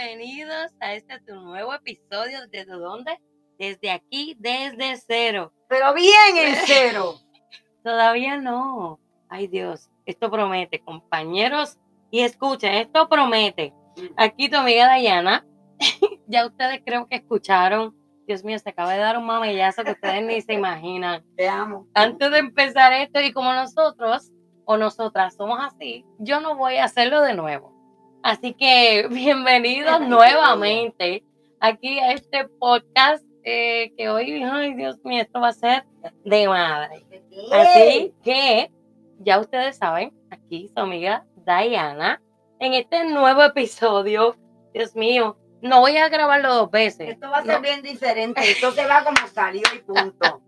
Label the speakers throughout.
Speaker 1: bienvenidos a este tu nuevo episodio desde dónde? Desde aquí, desde cero.
Speaker 2: Pero bien en cero.
Speaker 1: Todavía no. Ay Dios, esto promete, compañeros. Y escuchen, esto promete. Aquí tu amiga Dayana. ya ustedes creo que escucharon. Dios mío, se acaba de dar un mamellazo que ustedes ni se imaginan.
Speaker 2: Te amo.
Speaker 1: Antes de empezar esto, y como nosotros o nosotras somos así, yo no voy a hacerlo de nuevo. Así que bienvenidos nuevamente aquí a este podcast eh, que hoy, ay Dios mío, esto va a ser de madre. Así que ya ustedes saben, aquí su amiga Diana, en este nuevo episodio, Dios mío, no voy a grabarlo dos veces.
Speaker 2: Esto va a ser
Speaker 1: No.
Speaker 2: bien diferente. Esto se va como salió y punto.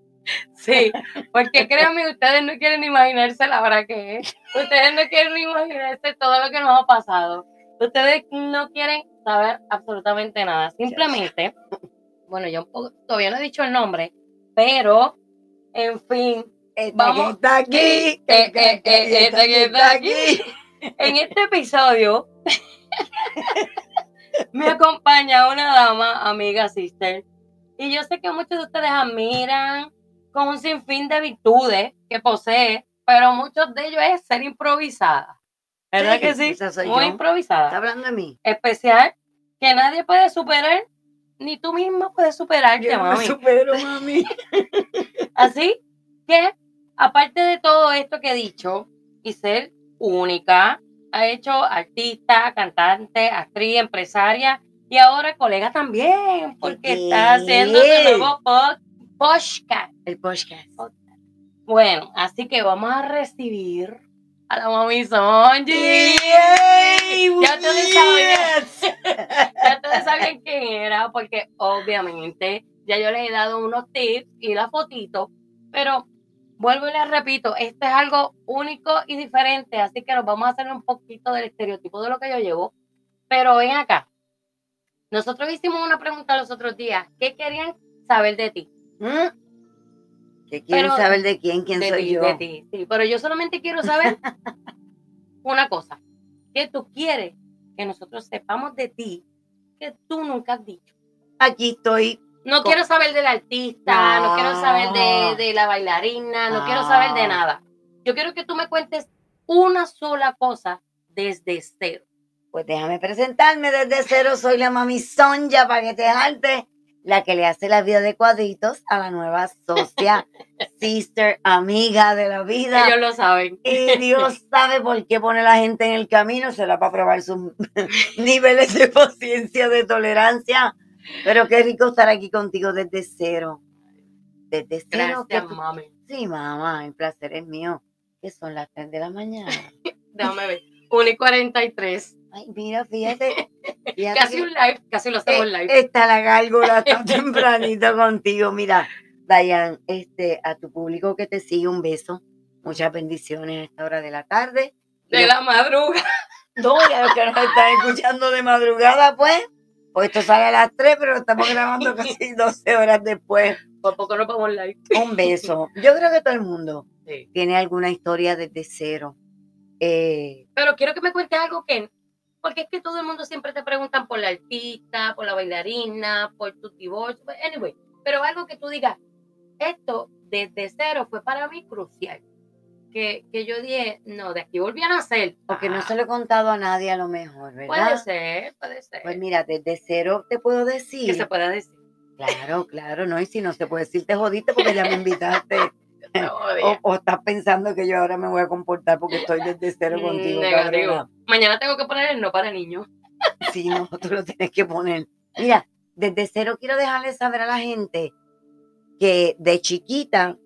Speaker 1: Sí, porque créanme, ustedes no quieren imaginarse la hora que es. Ustedes no quieren imaginarse todo lo que nos ha pasado. Ustedes no quieren saber absolutamente nada. Simplemente, bueno, yo un poco- todavía no he dicho el nombre, pero, en fin,
Speaker 2: Este
Speaker 1: Vamos.
Speaker 2: que está aquí.
Speaker 1: Eh, eh, eh, eh, este que está aquí. En este episodio me acompaña una dama, amiga, sister. Y yo sé que muchos de ustedes admiran con un sinfín de virtudes que posee, pero muchos de ellos es ser improvisada. ¿Verdad que sí?
Speaker 2: Esa soy
Speaker 1: Muy
Speaker 2: yo. Está
Speaker 1: improvisada.
Speaker 2: hablando de mí.
Speaker 1: Especial que nadie puede superar, ni tú misma puedes superarte,
Speaker 2: no me
Speaker 1: mami.
Speaker 2: supero, mami.
Speaker 1: Así que, aparte de todo esto que he dicho, y ser única, ha hecho artista, cantante, actriz, empresaria y ahora colega también, porque está haciendo su nuevo pod- podcast.
Speaker 2: El podcast.
Speaker 1: Bueno, así que vamos a recibir a la mami Sonji. Ya ustedes saben. Ya ustedes saben quién era, porque obviamente ya yo les he dado unos tips y la fotito, pero vuelvo y les repito, esto es algo único y diferente, así que nos vamos a hacer un poquito del estereotipo de lo que yo llevo. Pero ven acá, nosotros hicimos una pregunta los otros días, ¿qué querían saber de ti?
Speaker 2: ¿Mm? ¿Que quieren
Speaker 1: Pero-
Speaker 2: saber de quién? ¿Quién
Speaker 1: de
Speaker 2: soy
Speaker 1: ti,
Speaker 2: yo?
Speaker 1: de ti, sí, pero yo solamente quiero saber una cosa, que tú quieres que nosotros sepamos de ti que tú nunca has dicho.
Speaker 2: Aquí estoy.
Speaker 1: No
Speaker 2: Co- Ah.
Speaker 1: quiero saber del artista, no,
Speaker 2: No.
Speaker 1: quiero saber de, de la bailarina, no,
Speaker 2: No.
Speaker 1: quiero saber de nada. Yo quiero que tú me cuentes una sola cosa desde cero.
Speaker 2: Pues déjame presentarme desde cero. Soy la mami Sonja para que te jarte, la que le hace la vida de cuadritos a la nueva socia, sister, amiga de la vida.
Speaker 1: Ellos lo saben.
Speaker 2: Y Dios sabe por qué pone la gente en el camino, será para probar sus niveles de paciencia, de tolerancia. Pero qué rico estar aquí contigo desde cero. Desde cero. que
Speaker 1: Gracias,
Speaker 2: tú-
Speaker 1: mami.
Speaker 2: Sí, mamá, el placer es mío. Que son las 3 de la mañana.
Speaker 1: Déjame ver. 1 y 43.
Speaker 2: Ay, mira, fíjate. fíjate
Speaker 1: Casi
Speaker 2: que-
Speaker 1: un live, casi lo hacemos
Speaker 2: eh,
Speaker 1: live.
Speaker 2: Está la gárgola tan tempranito contigo. Mira, Dayan, este, a tu público que te sigue, un beso. Muchas bendiciones a esta hora de la tarde. Y
Speaker 1: de la madruga.
Speaker 2: No, y a los que nos están escuchando de madrugada, pues, pues esto sale a las 3, pero lo estamos grabando casi 12 horas después.
Speaker 1: Por poco no vamos live.
Speaker 2: Un beso. Yo creo que todo el mundo
Speaker 1: Sí.
Speaker 2: tiene alguna historia desde cero. Eh,
Speaker 1: Pero quiero que me cuentes algo que. Porque es que todo el mundo siempre te preguntan por la artista, por la bailarina, por tu divorcio. pues, Anyway, pero algo que tú digas, esto desde cero fue para mí crucial. Que, que yo dije, no, de aquí volví a nacer.
Speaker 2: porque no se lo he contado a nadie a lo mejor,
Speaker 1: Ah. Puede
Speaker 2: Ah, ¿verdad?
Speaker 1: ser, puede ser.
Speaker 2: Pues mira, desde cero te puedo
Speaker 1: que
Speaker 2: decir.
Speaker 1: se pueda decir.
Speaker 2: Claro, claro, ¿no? Y si no se puede decir, te jodiste porque ya me invitaste.
Speaker 1: No,
Speaker 2: O,
Speaker 1: de-
Speaker 2: o estás pensando que yo ahora me voy a comportar porque estoy desde cero contigo,
Speaker 1: Mm, Negativo.
Speaker 2: cabrona.
Speaker 1: Mañana tengo que poner el no para niños.
Speaker 2: Sí, no, tú lo tienes que poner. Mira, desde cero quiero dejarle saber a la gente que de chiquita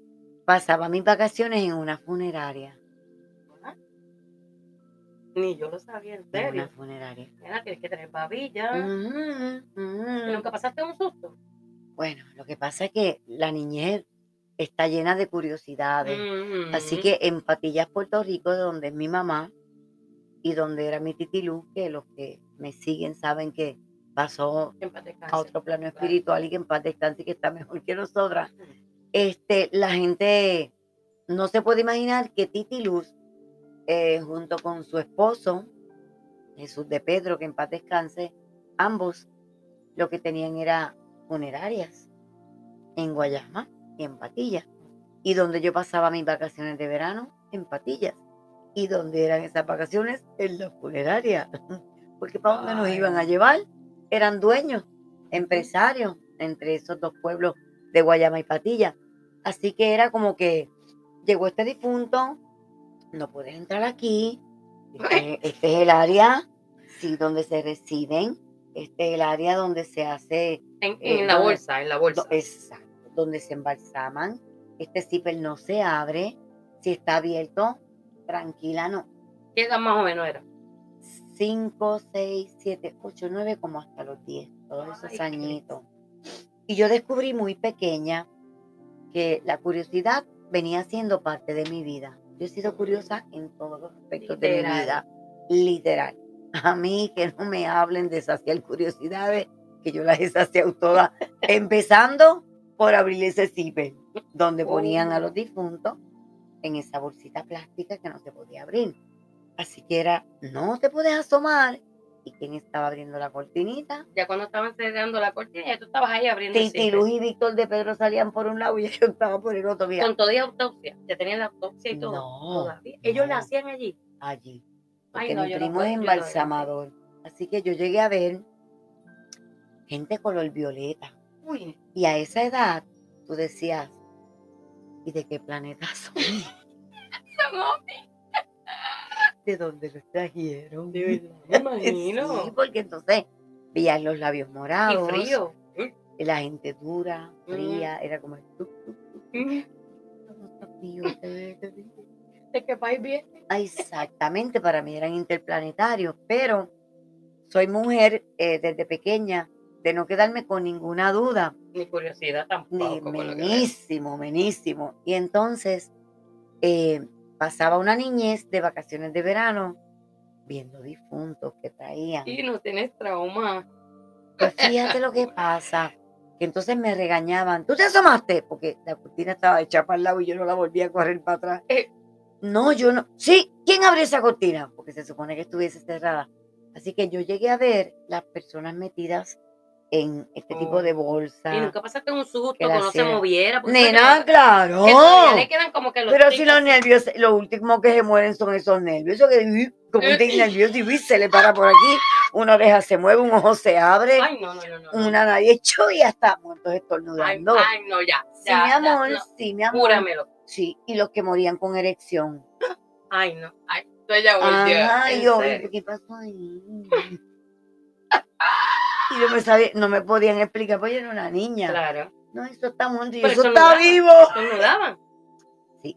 Speaker 2: pasaba mis vacaciones en una funeraria.
Speaker 1: Ni yo lo sabía, en
Speaker 2: En una Mm.
Speaker 1: serio. Ah.
Speaker 2: funeraria.
Speaker 1: Mira, tienes que tener babilla.
Speaker 2: Ujú, ujú.
Speaker 1: ¿Y nunca pasaste un susto?
Speaker 2: Bueno, lo que pasa es que la niñez está llena de curiosidades.
Speaker 1: Mm.
Speaker 2: Así que en Patillas, Puerto Rico, donde es mi mamá y donde era mi titilú, que los que me siguen saben que pasó
Speaker 1: Que en paz descanse.
Speaker 2: a otro plano
Speaker 1: Claro.
Speaker 2: espiritual y que en paz descanse y que está mejor que nosotras.
Speaker 1: Ujú.
Speaker 2: este, la gente no se puede imaginar que Titi Luz, eh, junto con su esposo, Jesús de Pedro, que en paz descanse, ambos lo que tenían era funerarias en Guayama y en Patillas. Y donde yo pasaba mis vacaciones de verano, en Patillas. Y donde eran esas vacaciones, en la funeraria. Porque para dónde nos
Speaker 1: Ay.
Speaker 2: iban a llevar, eran dueños, empresarios, entre esos dos pueblos de Guayama y Patilla. Así que era como que llegó este difunto, no puedes entrar aquí, este, este es el área sí, donde se residen, este es el área donde se hace
Speaker 1: En,
Speaker 2: Eh,
Speaker 1: en la
Speaker 2: no,
Speaker 1: bolsa, en la bolsa.
Speaker 2: do- Exacto, donde se embalsaman. Este zipper no se abre. Si está abierto, tranquila, no.
Speaker 1: ¿Qué edad más o menos era?
Speaker 2: 5, 6, 7, 8, 9, como hasta los 10, todos
Speaker 1: Ay,
Speaker 2: esos
Speaker 1: qué
Speaker 2: añitos. Y yo descubrí muy pequeña que la curiosidad venía siendo parte de mi vida. Yo he sido curiosa en todos los aspectos de mi
Speaker 1: Literal.
Speaker 2: vida, literal. A mí que no me hablen de saciar curiosidades, que yo las he saciado todas, empezando por abrir ese ciber,
Speaker 1: Oh.
Speaker 2: donde ponían a los difuntos en esa bolsita plástica que no se podía abrir. Así que era, no te puedes asomar. ¿Y quién estaba abriendo la cortinita?
Speaker 1: Ya cuando estaban cerrando la cortina, ya tú estabas ahí abriendo. el
Speaker 2: Titi
Speaker 1: zipper.
Speaker 2: Luz y Víctor de Pedro salían por un lado y yo estaba por el otro. Mira,
Speaker 1: Con toda y autopsia. Ya tenían la autopsia y todo.
Speaker 2: no,
Speaker 1: Todavía. Ellos la
Speaker 2: no.
Speaker 1: hacían allí.
Speaker 2: allí.
Speaker 1: Ay,
Speaker 2: Porque
Speaker 1: no,
Speaker 2: mi
Speaker 1: yo no
Speaker 2: primo
Speaker 1: puedo,
Speaker 2: es
Speaker 1: yo no, yo no.
Speaker 2: embalsamador. Así que yo llegué a ver gente color violeta.
Speaker 1: Uy,
Speaker 2: Y a esa edad tú decías, ¿y de qué planeta son?
Speaker 1: no,
Speaker 2: ¿De dónde los trajeron?
Speaker 1: de verdad, me
Speaker 2: Sí,
Speaker 1: imagino.
Speaker 2: porque entonces veías los labios
Speaker 1: Y
Speaker 2: morados.
Speaker 1: frío.
Speaker 2: La gente dura,
Speaker 1: Mm.
Speaker 2: fría. Era como... "Tuc, tuc,
Speaker 1: Mm,
Speaker 2: tuc, tío, te ve, te ve".
Speaker 1: ¿De qué país viene?
Speaker 2: Ah, Exactamente, para mí eran interplanetarios, pero soy mujer eh, desde pequeña, de no quedarme con ninguna duda,
Speaker 1: Ni curiosidad tampoco.
Speaker 2: ni
Speaker 1: con lo que veo.
Speaker 2: menísimo, menísimo. Y entonces eh, pasaba una niñez de vacaciones de verano viendo difuntos que traían.
Speaker 1: Y no tienes trauma.
Speaker 2: Pues fíjate lo que pasa, que entonces me regañaban, tú te asomaste, porque la cortina estaba hecha para el lado y yo no la volví a correr para atrás.
Speaker 1: Eh.
Speaker 2: No, yo no. Sí, ¿quién abrió esa cortina? Porque se supone que estuviese cerrada. Así que yo llegué a ver las personas metidas en este
Speaker 1: Oh.
Speaker 2: tipo de
Speaker 1: Y
Speaker 2: bolsa.
Speaker 1: nunca pasaste un susto,
Speaker 2: que
Speaker 1: que
Speaker 2: la
Speaker 1: no se
Speaker 2: hacía.
Speaker 1: moviera. porque
Speaker 2: Nena,
Speaker 1: eso que-
Speaker 2: claro.
Speaker 1: que todavía le quedan como que los
Speaker 2: Pero si
Speaker 1: tics
Speaker 2: los nervios, lo último que se mueren son esos nervios. Eso que uy, como un tic nervioso y uy, se le para por aquí, una oreja se mueve, un ojo se abre
Speaker 1: Ay, no, no, no, no. no.
Speaker 2: una nadie hecho y ya está muertos
Speaker 1: Ay,
Speaker 2: estornudando.
Speaker 1: ay, no, ya.
Speaker 2: sí,
Speaker 1: ya,
Speaker 2: mi
Speaker 1: ya,
Speaker 2: amor,
Speaker 1: no,
Speaker 2: sí, mi amor.
Speaker 1: Júramelo.
Speaker 2: Sí, y los que morían con erección.
Speaker 1: Ay, no. Ay, estoy ya volvió.
Speaker 2: Ay,
Speaker 1: en
Speaker 2: yo,
Speaker 1: serio.
Speaker 2: ¿qué pasó ahí? Y yo me sabía, no me podían explicar, porque yo era una niña.
Speaker 1: Claro.
Speaker 2: No, eso está muerto, y yo,
Speaker 1: Pero
Speaker 2: eso
Speaker 1: eso no
Speaker 2: está
Speaker 1: da.
Speaker 2: vivo.
Speaker 1: Estornudaban.
Speaker 2: Sí,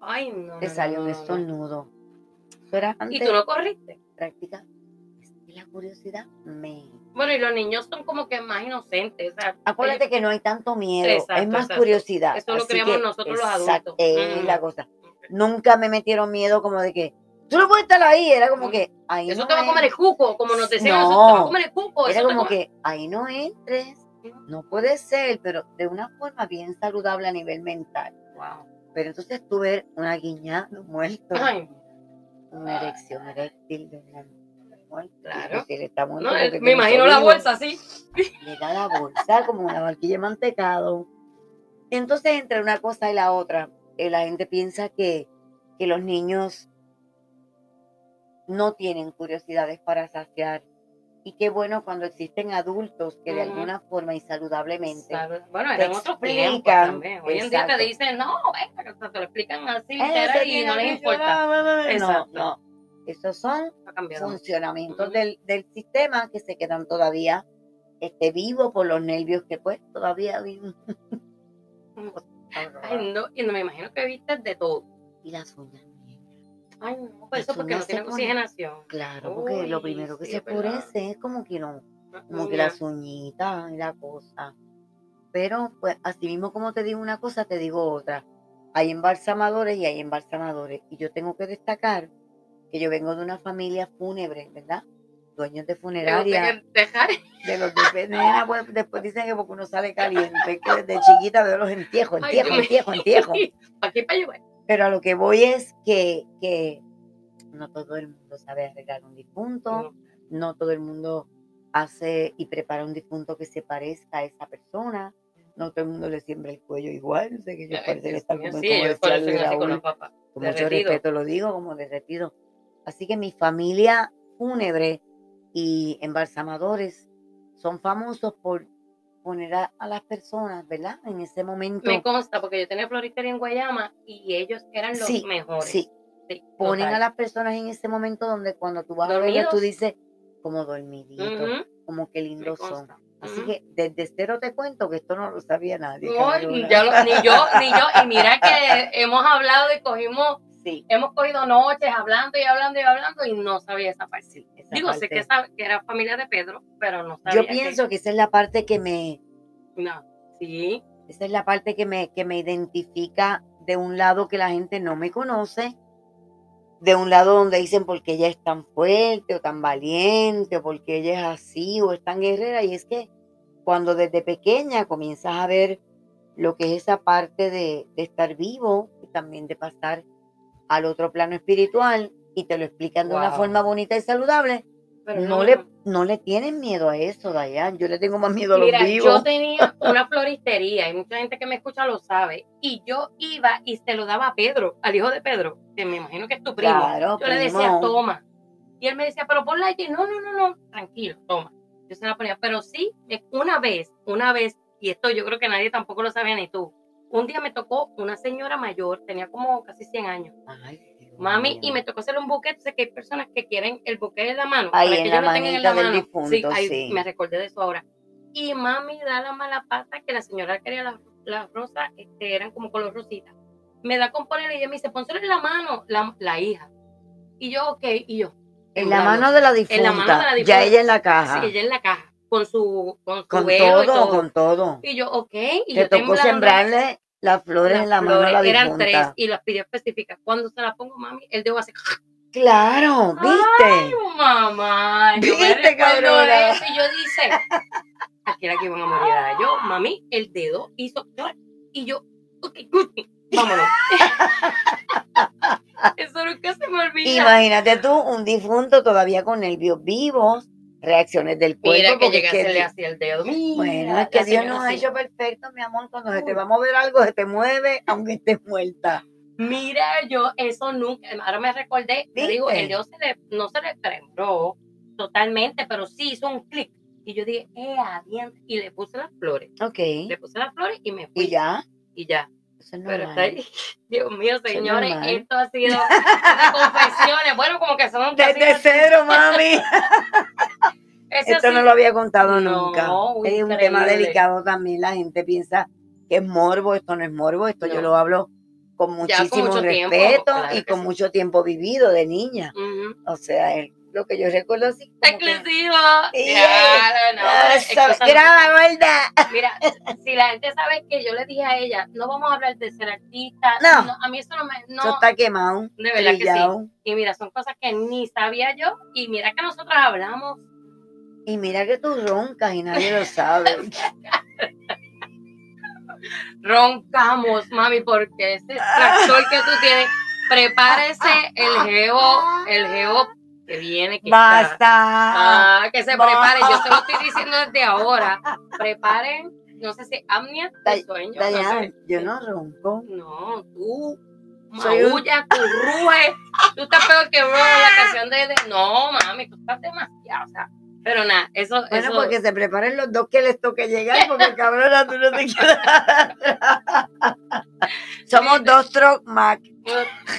Speaker 1: Ay, no.
Speaker 2: te
Speaker 1: no,
Speaker 2: salió
Speaker 1: no,
Speaker 2: un
Speaker 1: no, no.
Speaker 2: estornudo. Eso era
Speaker 1: Ah. Y
Speaker 2: antes
Speaker 1: tú no corriste.
Speaker 2: práctica. Es que la curiosidad me...
Speaker 1: Bueno, y los niños son como que más inocentes. o sea,
Speaker 2: Acuérdate que no hay tanto miedo,
Speaker 1: Exacto,
Speaker 2: hay más
Speaker 1: exacto.
Speaker 2: curiosidad.
Speaker 1: Eso lo
Speaker 2: así
Speaker 1: creamos
Speaker 2: que-
Speaker 1: nosotros los
Speaker 2: exacto,
Speaker 1: adultos.
Speaker 2: es
Speaker 1: Mm.
Speaker 2: la cosa.
Speaker 1: ellos-
Speaker 2: Nunca me metieron miedo como de que, tú no puedes estar ahí, era como
Speaker 1: Mm.
Speaker 2: que, ahí
Speaker 1: Eso
Speaker 2: no
Speaker 1: te va a comer el
Speaker 2: entres".
Speaker 1: cuco, como nos decían
Speaker 2: No.
Speaker 1: nosotros, te va a comer el cuco.
Speaker 2: Era
Speaker 1: eso te
Speaker 2: como
Speaker 1: va-
Speaker 2: que, ahí no entres,
Speaker 1: Mm.
Speaker 2: no puede ser, pero de una forma bien saludable a nivel mental.
Speaker 1: Wow.
Speaker 2: Pero entonces tuve una guiña de un muerto,
Speaker 1: Ay,
Speaker 2: una erección eréctil de un muerto.
Speaker 1: Claro.
Speaker 2: Es decir, está muerto
Speaker 1: no, eh,
Speaker 2: porque
Speaker 1: me
Speaker 2: tiene
Speaker 1: imagino la
Speaker 2: sonido.
Speaker 1: bolsa así.
Speaker 2: Le da la bolsa como una barquilla de mantecado. Y entonces entre una cosa y la otra, eh, la gente piensa que, que los niños no tienen curiosidades para saciar. Y qué bueno cuando existen adultos que de
Speaker 1: Ujú.
Speaker 2: alguna forma y saludablemente
Speaker 1: Sabe- Bueno, eran otros tiempos
Speaker 2: explican,
Speaker 1: también. Hoy en día te
Speaker 2: exacto.
Speaker 1: dicen, no, venga, que te lo explican así
Speaker 2: "Eh,
Speaker 1: literal
Speaker 2: ese
Speaker 1: y "Ah,
Speaker 2: tiene
Speaker 1: no les
Speaker 2: aquello,
Speaker 1: importa.
Speaker 2: bla, bla, bla". No,
Speaker 1: Exacto.
Speaker 2: no. Esos son
Speaker 1: Ha cambiado.
Speaker 2: funcionamientos
Speaker 1: Ujú.
Speaker 2: del, del sistema que se quedan todavía este, vivos por los nervios que pues todavía viven.
Speaker 1: Ay, no, y no me imagino que viste de todo.
Speaker 2: y las uñas negras.
Speaker 1: Ay, no, pues
Speaker 2: Eso
Speaker 1: eso porque
Speaker 2: no
Speaker 1: no
Speaker 2: se
Speaker 1: tiene
Speaker 2: pone.
Speaker 1: oxigenación.
Speaker 2: Claro, porque lo
Speaker 1: Uy,
Speaker 2: primero que
Speaker 1: sí,
Speaker 2: se
Speaker 1: es verdad.
Speaker 2: oscurece es como que no, como que
Speaker 1: Mira,
Speaker 2: las uñitas y la cosa. Pero, pues, así mismo como te digo una cosa, te digo otra. Hay embalsamadores y hay embalsamadores. Y yo tengo que destacar que yo vengo de una familia fúnebre, ¿verdad? Dueños
Speaker 1: ¿te
Speaker 2: de
Speaker 1: gusta
Speaker 2: funeraria.
Speaker 1: que dejar?
Speaker 2: De los de, nena, pues, después dicen que porque uno sale caliente, es que desde chiquita veo los entierros,
Speaker 1: Ay, yo
Speaker 2: entierros,
Speaker 1: me-
Speaker 2: entierros, entierros.
Speaker 1: Aquí para llevar.
Speaker 2: Pero a lo que voy es que, que no todo el mundo sabe arreglar un difunto, no todo el mundo hace y prepara un difunto que se parezca a esa persona. No todo el mundo le siembra el cuello igual, no sé que yo
Speaker 1: Ya,
Speaker 2: parece que
Speaker 1: Dios
Speaker 2: está
Speaker 1: mío,
Speaker 2: como,
Speaker 1: sí,
Speaker 2: como ¿eh?
Speaker 1: ellos
Speaker 2: decía
Speaker 1: parecen
Speaker 2: Luis
Speaker 1: así con
Speaker 2: Raúl,
Speaker 1: la papa.
Speaker 2: con mucho
Speaker 1: derretidos.
Speaker 2: respeto lo digo, como derretido. Así que mi familia fúnebre y embalsamadores son famosos por poner a, a las personas, ¿verdad? En ese momento.
Speaker 1: Me consta, porque yo tenía floristería en Guayama y ellos eran los
Speaker 2: Sí,
Speaker 1: mejores.
Speaker 2: Sí,
Speaker 1: Sí,
Speaker 2: ponen
Speaker 1: total.
Speaker 2: a las personas en ese momento donde cuando tú vas a verlos, tú
Speaker 1: Dormidos.
Speaker 2: dices, como dormidito,
Speaker 1: Ujú,
Speaker 2: como que
Speaker 1: me
Speaker 2: lindos son.
Speaker 1: consta.
Speaker 2: Así
Speaker 1: Ujú.
Speaker 2: que desde cero te cuento que esto no lo sabía nadie.
Speaker 1: No,
Speaker 2: Carolina.
Speaker 1: ya lo- ni yo, ni yo. Y mira que hemos hablado y cogimos,
Speaker 2: Sí,
Speaker 1: hemos cogido noches hablando y hablando y hablando y no sabía esa parte.
Speaker 2: sí, esa
Speaker 1: Digo, sé
Speaker 2: parte.
Speaker 1: que, sab- que era familia de Pedro, pero no sabía.
Speaker 2: Yo pienso que esa es la parte que me,
Speaker 1: Que, no, sí,
Speaker 2: esa es la parte que me, que me identifica de un lado que la gente no me conoce, de un lado donde dicen porque ella es tan fuerte o tan valiente, o porque ella es así o es tan guerrera. Y es que cuando desde pequeña comienzas a ver lo que es esa parte de, de estar vivo y también de pasar al otro plano espiritual y te lo explican de una
Speaker 1: Wow.
Speaker 2: forma bonita y saludable,
Speaker 1: pero
Speaker 2: no le, no le tienen miedo a eso, Dayan. Yo le tengo más miedo a los
Speaker 1: Mira,
Speaker 2: vivos.
Speaker 1: yo tenía una floristería y mucha gente que me escucha lo sabe. Y yo iba y se lo daba a Pedro, al hijo de Pedro, que me imagino que es tu primo.
Speaker 2: Claro,
Speaker 1: yo le decía,
Speaker 2: primo.
Speaker 1: toma. Y él me decía, pero ponla allí. No, no, no, no, tranquilo, toma. Yo se la ponía. Pero sí, es una vez, una vez, y esto yo creo que nadie tampoco lo sabía ni tú. Un día me tocó una señora mayor, tenía como casi 100 años,
Speaker 2: Ay, Dios
Speaker 1: mami,
Speaker 2: mío.
Speaker 1: y me tocó hacerle un buquete. Sé que hay personas que quieren el buquete en la mano.
Speaker 2: Ahí,
Speaker 1: para
Speaker 2: en
Speaker 1: que
Speaker 2: la
Speaker 1: ellos lo tengan
Speaker 2: manita del
Speaker 1: Sí,
Speaker 2: difunto,
Speaker 1: ahí
Speaker 2: sí.
Speaker 1: me recordé de eso ahora. Y mami da la mala pata que la señora quería las las rosas, este, eran como color rosita. Me da con ponerle y ella me dice, pónselo en la mano, la, la hija. Y yo, ok, y yo.
Speaker 2: En la
Speaker 1: temblando.
Speaker 2: mano de la
Speaker 1: En la mano de la
Speaker 2: difunta, ya
Speaker 1: difunta.
Speaker 2: ella en la
Speaker 1: Sí,
Speaker 2: caja,
Speaker 1: ella en la caja, con su, con su
Speaker 2: con
Speaker 1: velo y
Speaker 2: todo,
Speaker 1: todo.
Speaker 2: con todo.
Speaker 1: Y yo, ok, y
Speaker 2: Te
Speaker 1: yo
Speaker 2: tocó
Speaker 1: temblando,
Speaker 2: sembrarle las flores
Speaker 1: las
Speaker 2: en la mano a
Speaker 1: flores,
Speaker 2: la
Speaker 1: Eran tres
Speaker 2: difunta.
Speaker 1: y las pidió específicas. Cuando se las pongo, mami, el dedo hace,
Speaker 2: Claro,
Speaker 1: ay,
Speaker 2: viste.
Speaker 1: mamá. Yo me
Speaker 2: ¿Viste,
Speaker 1: recuerdo
Speaker 2: cabrona?
Speaker 1: eso y yo dice, aquí era que iban a morir era yo. Mami, el dedo hizo, clac, y yo, ok, vámonos. eso nunca se me olvida.
Speaker 2: Imagínate tú, un difunto todavía con nervios vivos, reacciones del cuerpo.
Speaker 1: Mira que
Speaker 2: porque es
Speaker 1: llegase
Speaker 2: que-
Speaker 1: le hacía el dedo. Mira,
Speaker 2: Bueno, es
Speaker 1: la
Speaker 2: que Dios
Speaker 1: señora
Speaker 2: nos ha
Speaker 1: así.
Speaker 2: hecho perfectos, mi amor. Cuando se te
Speaker 1: Uy.
Speaker 2: va a mover algo, se te mueve, aunque estés muerta.
Speaker 1: Mira, yo eso nunca, ahora me recordé, te digo,
Speaker 2: ¿Viste?
Speaker 1: el dedo se le, no se le prendó totalmente, pero sí hizo un clic. Y yo dije, ¡eh, bien! Y le puse las flores,
Speaker 2: Ok.
Speaker 1: le puse las flores y me fui.
Speaker 2: Y ya.
Speaker 1: Y ya.
Speaker 2: Eso es
Speaker 1: Pero
Speaker 2: normal.
Speaker 1: está ahí. Dios mío,
Speaker 2: es
Speaker 1: señores,
Speaker 2: normal.
Speaker 1: esto ha sido de confesiones. Bueno, como que son
Speaker 2: Desde cero, mami.
Speaker 1: Eso
Speaker 2: Esto
Speaker 1: sí,
Speaker 2: no lo había contado
Speaker 1: No,
Speaker 2: nunca. Es un tema
Speaker 1: increíble.
Speaker 2: delicado también. La gente piensa que es morbo, esto no es morbo, esto yo
Speaker 1: No.
Speaker 2: lo hablo con
Speaker 1: Ya con
Speaker 2: muchísimo
Speaker 1: mucho tiempo,
Speaker 2: respeto
Speaker 1: claro
Speaker 2: y
Speaker 1: que
Speaker 2: con
Speaker 1: sí.
Speaker 2: mucho tiempo vivido de niña.
Speaker 1: ujú.
Speaker 2: O sea, es lo que yo recuerdo así. como que-
Speaker 1: Exclusivo.
Speaker 2: Sí. Ah,
Speaker 1: Ya, no, no, es
Speaker 2: Eso,
Speaker 1: cosa-
Speaker 2: graba, gorda.
Speaker 1: Mira, si la gente sabe que yo le dije a ella, no vamos a hablar de ser artista.
Speaker 2: No.
Speaker 1: a mí eso no me. No,
Speaker 2: Eso está quemado,
Speaker 1: de verdad que sí.
Speaker 2: trillado.
Speaker 1: Y mira, son cosas que ni sabía yo. Y mira que nosotros hablamos.
Speaker 2: Y mira que tú roncas y nadie lo sabe.
Speaker 1: roncamos, mami, porque ese tractor que tú tienes, prepárese el geo, el geo que viene, que
Speaker 2: Basta.
Speaker 1: está. Ah, que se prepare, yo se lo estoy diciendo desde ahora. Preparen, no sé si apnea de
Speaker 2: Day-
Speaker 1: sueño. no
Speaker 2: Dayan,
Speaker 1: sé.
Speaker 2: yo no ronco.
Speaker 1: No, tú
Speaker 2: Soy un-
Speaker 1: maullas, tú ruges, tú estás peor que Ro, la canción de, de- No, mami, tú estás demasiado, o sea, pero nada, eso,
Speaker 2: Bueno,
Speaker 1: eso,
Speaker 2: porque se preparen los dos que les toque llegar, porque cabrona, tú no te quedas atrás. Somos dos troc Mac.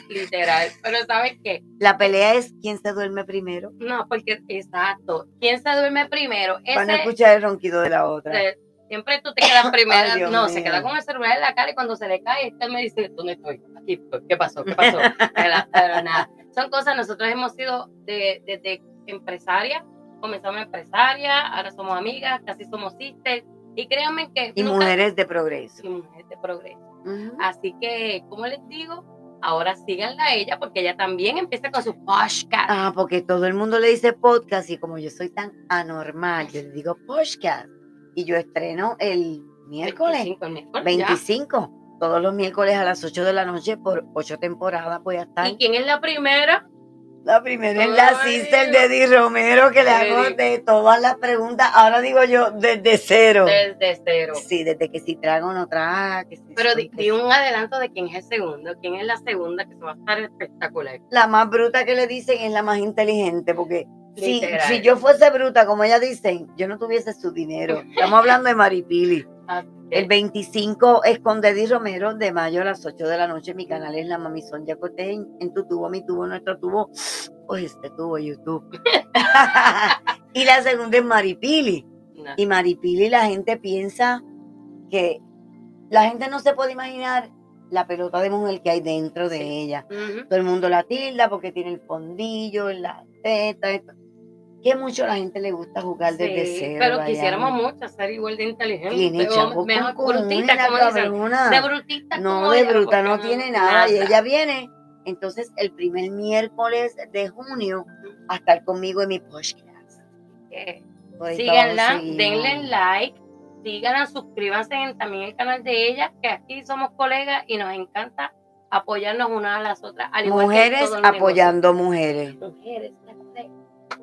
Speaker 1: literal, pero ¿sabes qué?
Speaker 2: La pelea es quién se duerme primero.
Speaker 1: No, porque exacto. ¿Quién se duerme primero?
Speaker 2: Van a
Speaker 1: Ese,
Speaker 2: escuchar el ronquido de la otra.
Speaker 1: eh, siempre tú te quedas primero.
Speaker 2: Ay, Dios
Speaker 1: no,
Speaker 2: mío.
Speaker 1: se queda con el celular en la cara y cuando se le cae, este me dice, ¿dónde estoy? Aquí estoy. ¿Qué pasó? ¿Qué pasó? Pero- pero nada. Son cosas, nosotros hemos sido de- desde empresaria, comenzamos empresaria, ahora somos amigas, casi somos sisters. Y créanme que
Speaker 2: Y
Speaker 1: nunca- Ah.
Speaker 2: mujeres de progreso.
Speaker 1: y mujeres de progreso.
Speaker 2: Ujú.
Speaker 1: Así que, como les digo, ahora síganla a ella porque ella también empieza con su podcast.
Speaker 2: Ah, porque todo el mundo le dice podcast y como yo soy tan anormal, yo le digo podcast. Y yo estreno el miércoles
Speaker 1: 25, el miércoles, ya.
Speaker 2: 25. Todos los miércoles a las 8 de la noche por ocho temporadas voy a estar.
Speaker 1: ¿Y quién es la primera?
Speaker 2: La primera es la
Speaker 1: Ay.
Speaker 2: sister de Eddie Romero que le hago
Speaker 1: Eddie.
Speaker 2: de todas las preguntas. Ahora digo yo, desde cero.
Speaker 1: Desde cero.
Speaker 2: Sí, desde que si trago o no trago. que si
Speaker 1: este Pero di,
Speaker 2: son-
Speaker 1: di un adelanto de quién es el segundo, quién es la segunda, que se va a estar espectacular.
Speaker 2: La más bruta que le dicen es la más inteligente, porque si,
Speaker 1: Literal.
Speaker 2: si yo fuese bruta, como ellas dicen, yo no tuviese su dinero. Estamos hablando de Maripili.
Speaker 1: Así que,
Speaker 2: El 25 es con Deddy Romero de mayo a las 8 de la noche. Mi canal es La Mami Sonia Coté. En, en tu tubo, mi tubo, nuestro tubo. Pues este tubo, YouTube. y la segunda es Maripili.
Speaker 1: no.
Speaker 2: Y Maripili, la gente piensa que la gente no se puede imaginar la pelota de mujer que hay dentro de ella.
Speaker 1: Ujú.
Speaker 2: Todo el mundo la tilda porque tiene el fondillo, la teta, esto. Que mucho a la gente le gusta jugar desde
Speaker 1: Sí,
Speaker 2: cero.
Speaker 1: pero
Speaker 2: Dayana.
Speaker 1: quisiéramos mucho ser igual de inteligentes.
Speaker 2: Tiene
Speaker 1: o
Speaker 2: chavo
Speaker 1: mejor
Speaker 2: con
Speaker 1: brutita,
Speaker 2: una
Speaker 1: como dicen.
Speaker 2: cabrona.
Speaker 1: De brutita.
Speaker 2: No,
Speaker 1: como
Speaker 2: de
Speaker 1: ella,
Speaker 2: bruta no
Speaker 1: porque
Speaker 2: tiene nada. Y ella viene. Entonces, el primer miércoles de junio a estar conmigo en mi podcast.
Speaker 1: Eh,
Speaker 2: Por ahí
Speaker 1: Síganla,
Speaker 2: todos seguimos.
Speaker 1: denle like, síganla, suscríbanse en también el canal de ella, que aquí somos colegas y nos encanta apoyarnos unas a las otras. al igual que
Speaker 2: Mujeres
Speaker 1: todo el negocio.
Speaker 2: apoyando mujeres.
Speaker 1: Mujeres, mujeres,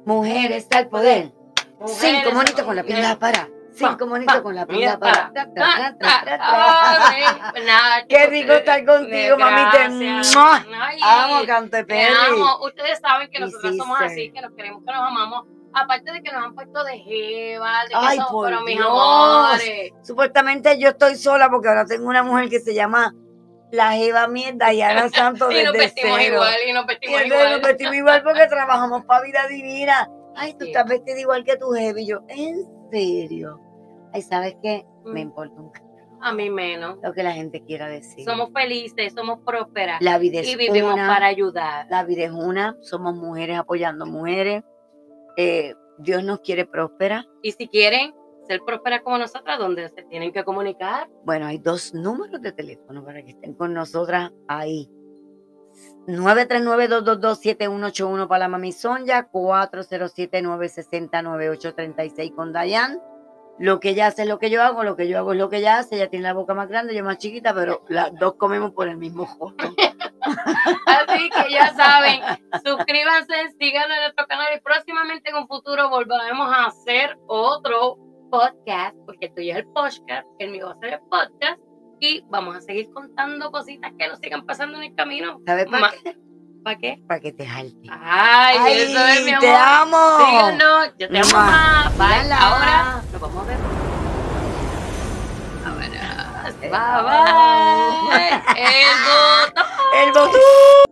Speaker 2: Mujeres al poder.
Speaker 1: mujeres,
Speaker 2: Cinco monitos con la
Speaker 1: mujeres.
Speaker 2: pila para. Cinco monitos
Speaker 1: pa,
Speaker 2: con la pila
Speaker 1: mira,
Speaker 2: para.
Speaker 1: pa.
Speaker 2: Tra, tra,
Speaker 1: Ah,
Speaker 2: tra,
Speaker 1: ah,
Speaker 2: tra, tra.
Speaker 1: ah, ok. Nada,
Speaker 2: Qué
Speaker 1: chicos,
Speaker 2: rico estar contigo, mamita.
Speaker 1: eh, gracias.
Speaker 2: ¡Mua!
Speaker 1: Ay,
Speaker 2: Amo, canto
Speaker 1: te amo. Ustedes saben que
Speaker 2: Y
Speaker 1: nosotros
Speaker 2: sí
Speaker 1: somos
Speaker 2: sé.
Speaker 1: así, que nos queremos, que nos amamos. Aparte de que nos han puesto de jeva, de que
Speaker 2: Ay,
Speaker 1: somos,
Speaker 2: por
Speaker 1: pero mis
Speaker 2: Dios.
Speaker 1: amores.
Speaker 2: Supuestamente yo estoy sola porque ahora tengo una mujer que se llama la Jeva Mierda, Dayana Santos
Speaker 1: Y nos
Speaker 2: desde
Speaker 1: vestimos
Speaker 2: cero.
Speaker 1: igual, y nos
Speaker 2: Y
Speaker 1: vestimos
Speaker 2: entonces nos
Speaker 1: igual.
Speaker 2: vestimos igual porque trabajamos para vida divina. Ay, tú
Speaker 1: Sí.
Speaker 2: estás vestida igual que tu jefe. Y yo, ¿en serio? Ay, ¿sabes qué? Me
Speaker 1: Mm.
Speaker 2: importa un c-
Speaker 1: A mí menos.
Speaker 2: lo que la gente quiera decir.
Speaker 1: Somos felices, somos prósperas
Speaker 2: la vida es
Speaker 1: y vivimos
Speaker 2: una,
Speaker 1: para ayudar.
Speaker 2: la vida es una, somos mujeres apoyando mujeres. Eh, Dios nos quiere próspera.
Speaker 1: Y si quieren ser prósperas como nosotras, donde se tienen que comunicar,
Speaker 2: Bueno, hay dos números de teléfono para que estén con nosotras ahí. 939-222-7181 para la mami Sonia, 407-960-9836 con Dayan. Lo que ella hace es lo que yo hago, lo que yo hago es lo que ella hace. Ella tiene la boca más grande, yo más chiquita, pero las dos comemos por el mismo joto.
Speaker 1: Así que ya saben, suscríbanse, síganos en nuestro canal y próximamente en un futuro volveremos a hacer otro podcast, porque el tuyo es el podcast, el mío va a ser el podcast y vamos a seguir contando cositas que nos sigan pasando en el camino.
Speaker 2: ¿Sabes para
Speaker 1: Ma-
Speaker 2: qué?
Speaker 1: ¿Para qué?
Speaker 2: Para que te jalte.
Speaker 1: Ay, eso es mi amor.
Speaker 2: ¡Te amo!
Speaker 1: Síganos, yo te amo
Speaker 2: Mua.
Speaker 1: más. Bye.
Speaker 2: Síganla.
Speaker 1: Ahora nos vamos a ver. Ahora. Bye bye. El botón.
Speaker 2: ¡El botón!